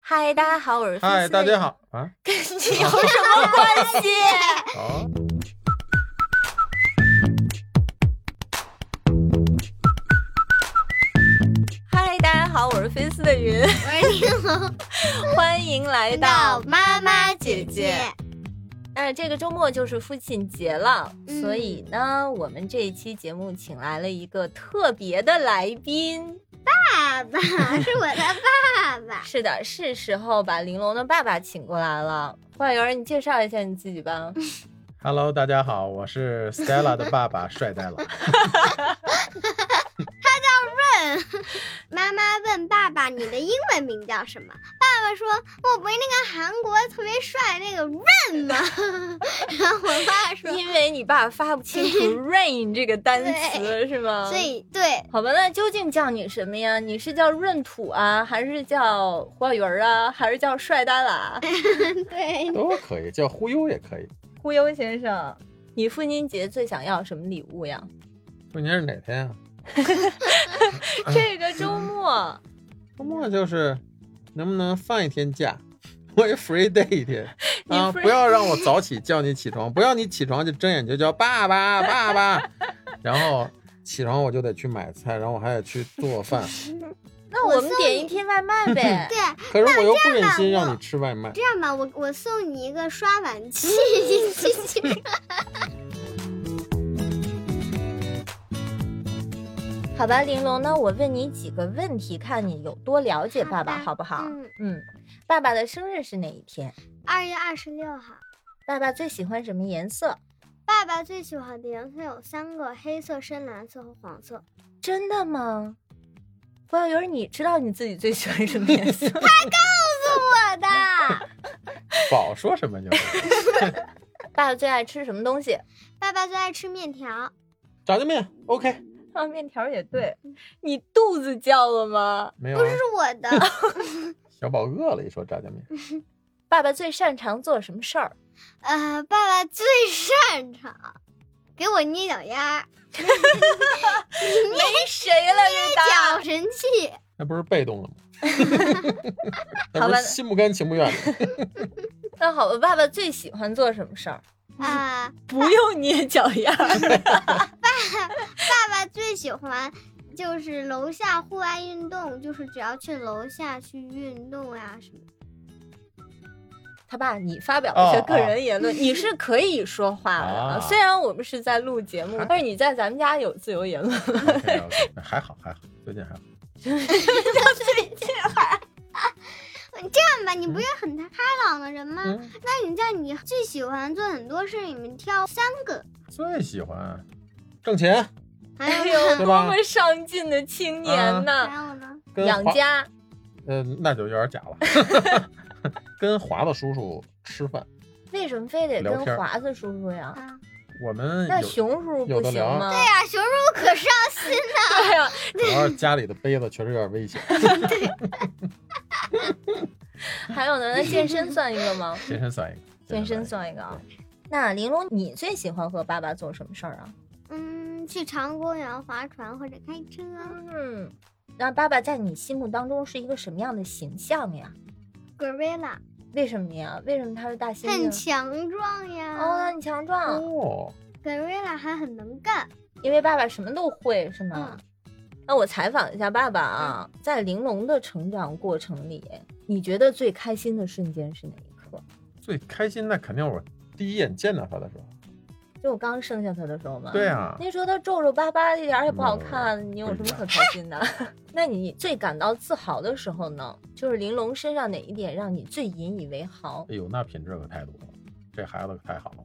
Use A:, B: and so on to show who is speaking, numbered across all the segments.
A: 嗨，大家好，我是菲
B: 嗨，
A: 菲
B: 大家，好啊！
A: 跟你有什么关系？
B: 好，
A: 嗨，大家好，我是菲斯的云，
C: 我是柠檬
A: 欢迎来到
C: 到妈妈姐姐，
A: 但是这个周末就是父亲节了，
C: 嗯
A: 所以呢，我们这一期节目请来了一个特别的来宾。
C: 爸爸是我的爸 爸。
A: 是的，是时候把玲珑的爸爸请过来了。花园，你介绍一下你自己吧。
B: Hello，大家好，我是 Stella 的爸爸，帅呆了。
C: 妈妈问爸爸：“你的英文名叫什么？”爸爸说：“我不是那个韩国特别帅那个 Rain 吗？” 然后我爸说
A: 因为你爸发不清 楚 “rain” 这个单词是：“吗？
C: 所以对，
A: 好吧，那究竟叫你什么呀？你是叫闰土啊，还是叫花园儿啊，还是叫帅呆啊 啦？
C: 对，
B: 都可以，叫忽悠也可以。
A: 忽悠先生，你父亲节最想要什么礼物呀？
B: 过年是哪天啊？
A: 这个周末，
B: 周末就是能不能放一天假，我也 free day 一天
A: 你
B: 啊！
A: free-
B: 不要让我早起叫你起床，不要你起床就睁眼就叫爸爸爸爸，然后起床我就得去买菜，然后我还得去做饭，
A: 那我们点一天外卖呗。
C: 对
B: 可是我又不忍心
C: 那这样吧
B: 让你吃外卖。
C: 这样吧，我我送你一个刷碗器，机器人
A: 好吧，玲珑，那我问你几个问题，看你有多了解爸爸，
C: 好
A: 好不好？
C: 嗯
A: 嗯，爸爸的生日是哪一天？
C: 二月二十六号，
A: 爸爸最喜欢什么颜色？
C: 爸爸最喜欢的颜色有三个：黑色、深蓝色和黄色。
A: 真的吗？胡小云，你知道你自己最喜欢什么颜色？嗯
C: 我的。
B: 宝说什么就是
A: 爸爸最爱吃什么东西？
C: 爸爸最爱吃面条，
B: 炸酱面，OK，
A: 啊，面条也对。你肚子叫了吗？
B: 没有
C: 不
B: 啊
C: 是我 的。
B: 小宝饿了，一说炸酱面。
A: 爸爸最擅长做什么事儿？
C: 呃，爸爸最擅长给我捏脚丫儿、
A: 没哎谁了，这答
C: 脚神器。
B: 那不是被 动了吗？
A: 好
B: 那不
A: 吧
B: 是心不甘情不愿的。
A: 那好吧，爸爸最喜欢做什么事儿？
C: 啊、
A: 不用捏脚丫儿。
C: 爸爸最喜欢就是楼下户外运动，就是只要去楼下去运动啊什么。
A: 他爸，你发表了一些
B: 哦
A: 个人言论，你是可以说话的啊。
B: 啊
A: 虽然我们是在录节目，但是你在咱们家有自由言论。
B: OK，OK，还好还好，最近还好。
C: 这样吧，你不是很开朗的人吗？
B: 嗯，
C: 那你在你最喜欢做很多事里面挑三个，
B: 最喜欢挣钱，
C: 还
A: 哎呦，
C: 有
B: 对
C: 呢？
A: 多
B: 吧
A: 么上进的青年
C: 还
A: 呐！
C: 有呢？
B: 跟
A: 养
B: 华，
A: 家，
B: 呃，那就有点假 了。跟华子叔叔吃饭，
A: 为什么非得
B: 聊
A: 跟
B: 天儿
A: 华子叔叔呀？
C: 啊，
B: 我们
A: 那
B: 有
A: 熊叔叔不
B: 有的
A: 行
B: 聊啊
A: 吗？
C: 对呀、熊叔可上心了。
A: 对啊呀、
B: 主要是家里的杯子确实有点危险，
A: 还有呢，那健身算一个吗？
B: 健身算一个，
A: 健身
B: 算
A: 算一个啊。那玲珑，你最喜欢和爸爸做什么事儿啊？
C: 嗯，去长公园划船或者开车。
A: 嗯，那爸爸在你心目当中是一个什么样的形象呀？
C: gorilla
A: 为什么呀？为什么他是大猩
C: 很
A: 猩？
C: 强啊壮呀。
A: 哦，那你强壮，
B: 一个哦，
C: gorilla 还很能干。
A: 因为爸爸什么都会，是吗？那我采访一下爸爸啊，在玲珑的成长过程里，你觉得最开心的瞬间是哪一刻？
B: 最开心那肯定我第一眼见到他的时候。
A: 就我刚生下他的时候吗？
B: 对啊，
A: 嗯那时候他皱皱巴巴，一点儿也不好
B: 没
A: 看，你有什么可开心的？ 那你最感到自豪的时候呢？就是玲珑身上哪一点让你最引以为豪？
B: 哎呦，那品质可太多了，这孩子可太好了，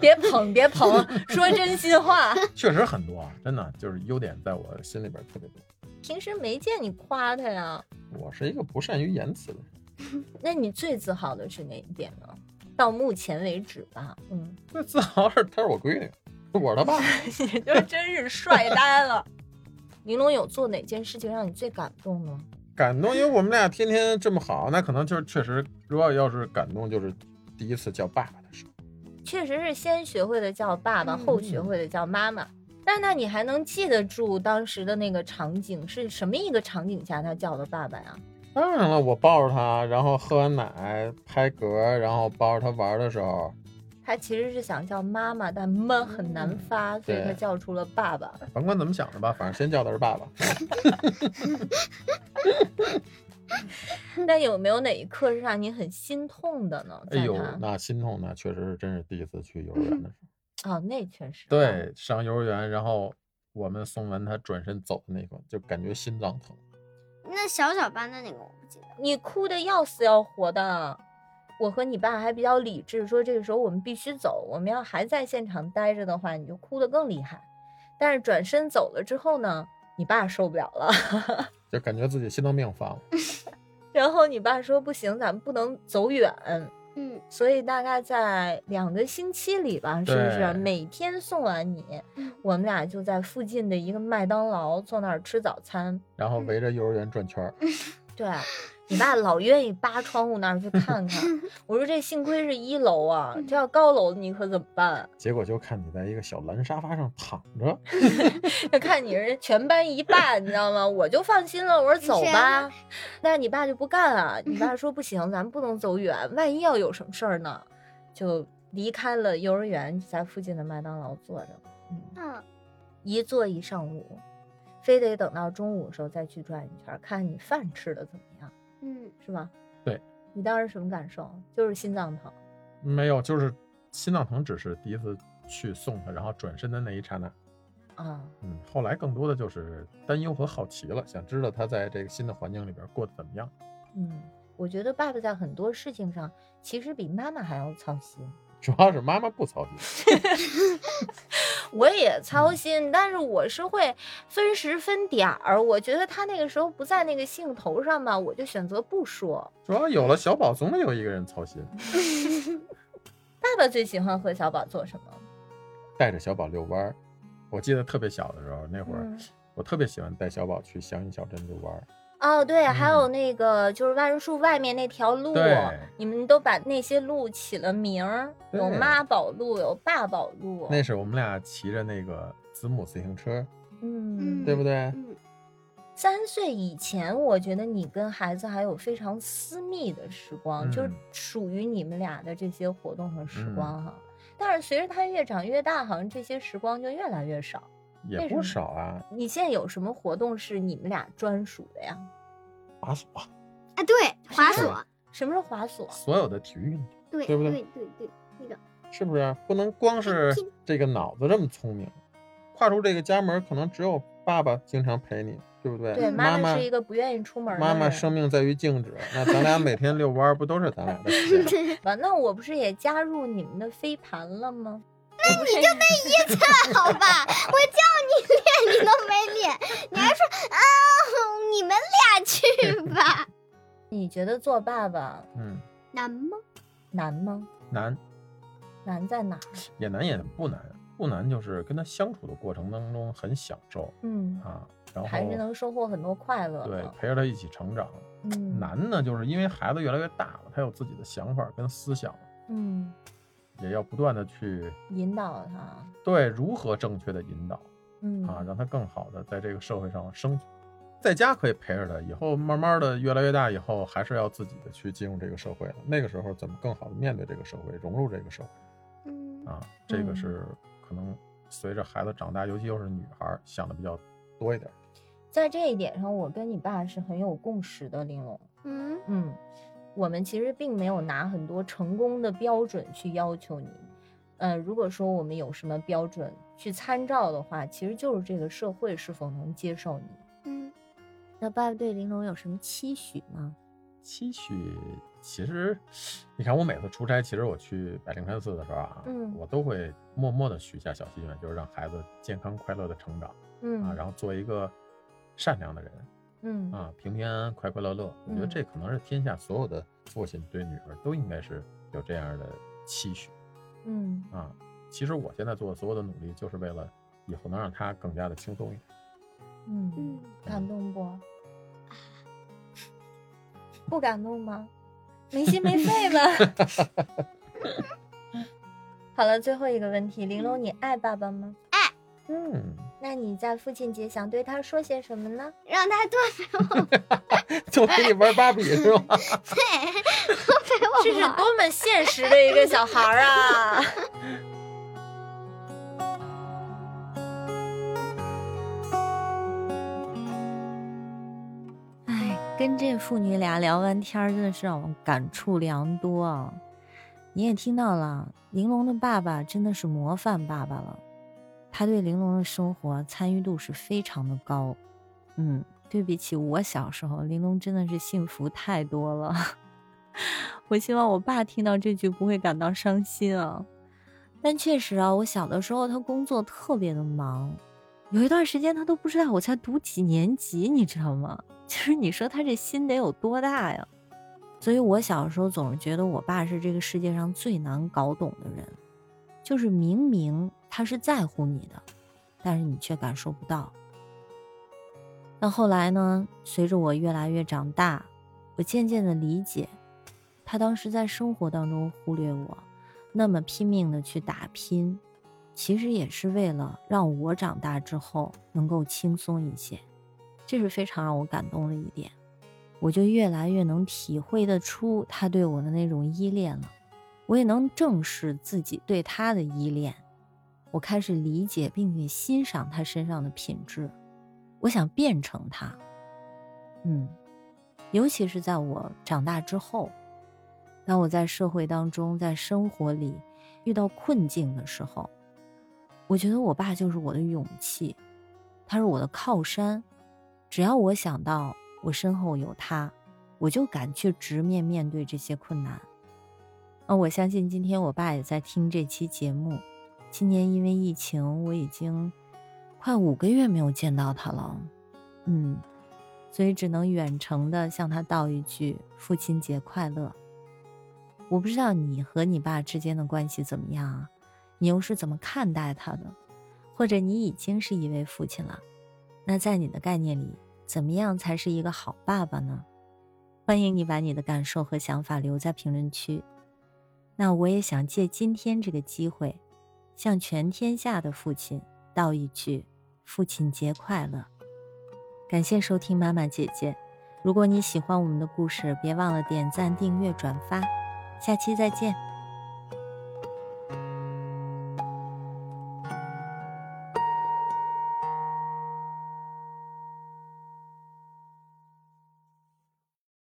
A: 别捧，别捧，说真心话。
B: 确实很多啊，真的就是优点在我心里边特别多。
A: 平时没见你夸他呀，
B: 我是一个不善于言辞的 人，
A: 那你最自豪的是哪一点呢？到目前为止吧，嗯，
B: 最自豪是她是我闺女，我是她爸。
A: 你就真是帅呆了。玲珑有做哪件事情让你最感动呢？
B: 感动，因为我们俩天天这么好，那可能就是确实，如果要是感动，就是第一次叫爸爸的时候。
A: 确实是先学会的叫爸爸，
C: 嗯
A: 后学会的叫妈妈。但那你还能记得住当时的那个场景是什么一个场景下他叫的爸爸呀？
B: 当然了，我抱着他，然后喝完奶拍嗝，然后抱着他玩的时候，
A: 他其实是想叫妈妈，但妈很难发，所以他
B: 嗯对
A: 叫出了爸爸。
B: 甭管怎么想的吧，反正先叫的是爸爸。
A: 但有没有哪一刻是让你很心痛的呢？
B: 哎
A: 在
B: 呦，
A: 他
B: 那心痛那确实是真是第一次去幼儿园的时候。
A: 哦，那确实啊，
B: 对，上幼儿园，然后我们送完他转身走的那个，就感觉心脏疼。
C: 那小小班的那个我不记得。
A: 你哭的要死要活的。我和你爸还比较理智，说这个时候我们必须走，我们要还在现场待着的话，你就哭得更厉害。但是转身走了之后呢，你爸受不了了。
B: 就感觉自己心脏病犯了。
A: 然后你爸说不行，咱们不能走远，
C: 嗯，
A: 所以大概在两个星期里吧，是不是
B: 对？
A: 每天送完你
C: 嗯，
A: 我们俩就在附近的一个麦当劳坐那儿吃早餐。
B: 然后围着幼儿园转圈儿，
A: 对你爸老愿意扒窗户那儿去看看。 我说这幸亏是一楼啊，
C: 嗯
A: 这要高楼你可怎么办？
B: 结果就看你在一个小蓝沙发上躺着，
A: 那看你是全班一半，你知道吗？我就放心了，我说走
C: 是
A: 吧
C: 啊。
A: 但是你爸就不干啊，你爸说不行，咱们不能走远，万一要有什么事儿呢，就离开了幼儿园，就在附近的麦当劳坐着，
C: 嗯，
A: 一坐一上午，非得等到中午的时候再去转一圈，看你饭吃的怎么样，
C: 嗯，
A: 是吗？
B: 对。
A: 你当时什么感受？就是心脏疼。
B: 没有，就是心脏疼，只是第一次去送他，然后转身的那一刹那。
A: 啊，
B: 嗯，后来更多的就是担忧和好奇了，想知道他在这个新的环境里边过得怎么样。
A: 嗯，我觉得爸爸在很多事情上其实比妈妈还要操心。
B: 主要是妈妈不操心，
A: 我也
B: 嗯
A: 操心，但是我是会分时分点儿。我觉得他那个时候不在那个兴头上吧，我就选择不说。
B: 主要有了小宝，总得有一个人操心，
A: 爸爸最喜欢和小宝做什么？
B: 带着小宝遛弯儿。我记得特别小的时候，那会儿、
A: 嗯
B: 我特别喜欢带小宝去祥云小镇遛弯儿。
A: 哦，对，还有那个就是万树外面那条路
B: 嗯对，
A: 你们都把那些路起了名儿，
B: 对
A: 有妈宝路，有爸宝路。
B: 那是我们俩骑着那个子母自行车，
A: 嗯，
B: 对不对？
C: 嗯，
A: 三岁以前，我觉得你跟孩子还有非常私密的时光，
B: 嗯
A: 就是属于你们俩的这些活动和时光哈。但是随着他越长越大，好像这些时光就越来越少。
B: 也不少啊，
A: 你现在有什么活动是你们俩专属的呀？
B: 滑索，
C: 啊，对，滑
B: 是
C: 索，
A: 什么是滑索？
B: 所有的体育运动。
C: 对
B: 对不对
C: 对对，那个，
B: 是不是？不能光
A: 嗯
B: 是这个脑子这么聪明，跨出这个家门，可能只有爸爸经常陪你，对不对？
A: 对，
C: 嗯
A: 妈
B: 妈
A: 妈是一个不愿意出门的
B: 妈妈
A: 人
B: 生命在于静止，那咱俩每天遛弯儿，不都是咱俩的时间？
C: 啊
A: 吧？那我不是也加入你们的飞盘了吗？那你就
C: 好吧，我叫你练你都没练，你还说啊，你们俩去吧，
A: 你觉得做爸爸
B: 嗯，
C: 难吗？
A: 难吗？
B: 难
A: 难在哪儿？
B: 也难也不难，不难就是跟他相处的过程当中很享受
A: 嗯，
B: 啊，然
A: 还是
B: 后
A: 能收获很多快乐。
B: 对，陪着他一起成长。
A: 嗯，
B: 难呢，就是因为孩子越来越大了，他有自己的想法跟思想，
A: 嗯，
B: 也要不断的去
A: 引导他，
B: 对如何正确的引导。
A: 嗯
B: 啊，让他更好的在这个社会上生存。在家可以陪着他，以后慢慢的越来越大以后，还是要自己的去进入这个社会了。那个时候怎么更好的面对这个社会，融入这个社会
C: 嗯，
B: 啊？这个
A: 嗯
B: 是可能随着孩子长大，尤其又是女孩儿，想的比较多一点儿。
A: 在这一点上，我跟你爸是很有共识的，玲珑。
C: 嗯，
A: 嗯，我们其实并没有拿很多成功的标准去要求你。呃，如果说我们有什么标准去参照的话，其实就是这个社会是否能接受你。
C: 嗯，
A: 那爸爸对玲珑有什么期许吗？
B: 期许其实，你看我每次出差，其实我去百灵山寺的时候啊，
A: 嗯
B: 我都会默默的许下小心愿，就是让孩子健康快乐的成长
A: 嗯
B: 啊，然后做一个善良的人。
A: 嗯
B: 啊，平平安安，快快乐乐。我觉得
A: 嗯
B: 这可能是天下所有的父亲对女儿都应该是有这样的期许
A: 嗯
B: 啊。其实我现在做的所有的努力，就是为了以后能让她更加的轻松一点。
A: 嗯
C: 嗯，
A: 感动不？ 不感动吗？没心没肺 吧。好了，最后一个问题，玲珑，你爱爸爸吗？
C: 爱。
B: 嗯，
A: 那你在父亲节想对他说些什么呢？
C: 让他多陪我，
B: 就陪你玩芭比是吗？
C: 对， 多陪我玩。
A: 这是多么现实的一个小孩儿啊！ 哎，跟这父女俩聊完天儿，真的是让我感触良多啊！你也听到了，玲珑的爸爸真的是模范爸爸了，他对玲珑的生活参与度是非常的高。嗯，对比起我小时候，玲珑真的是幸福太多了。我希望我爸听到这句不会感到伤心啊。但确实啊，我小的时候他工作特别的忙，有一段时间他都不知道我才读几年级，你知道吗？ 就是你说他这心得有多大呀？所以我小时候总是觉得我爸是这个世界上最难搞懂的人，就是明明他是在乎你的，但是你却感受不到。那后来呢？随着我越来越长大，我渐渐的理解，他当时在生活当中忽略我，那么拼命的去打拼，其实也是为了让我长大之后能够轻松一些，这是非常让我感动的一点。我就越来越能体会得出他对我的那种依恋了，我也能正视自己对他的依恋，我开始理解并且欣赏他身上的品质。我想变成他，嗯，尤其是在我长大之后，当我在社会当中、在生活里遇到困境的时候，我觉得我爸就是我的勇气，他是我的靠山。只要我想到我身后有他，我就敢去直面面对这些困难。啊，我相信今天我爸也在听这期节目。今年因为疫情，我已经快五个月没有见到他了，嗯，所以只能远程的向他道一句父亲节快乐。我不知道你和你爸之间的关系怎么样啊？你又是怎么看待他的？或者你已经是一位父亲了，那在你的概念里，怎么样才是一个好爸爸呢？欢迎你把你的感受和想法留在评论区。那我也想借今天这个机会，向全天下的父亲道一句父亲节快乐。感谢收听妈妈姐姐。如果你喜欢我们的故事，别忘了点赞、订阅、转发。下期再见。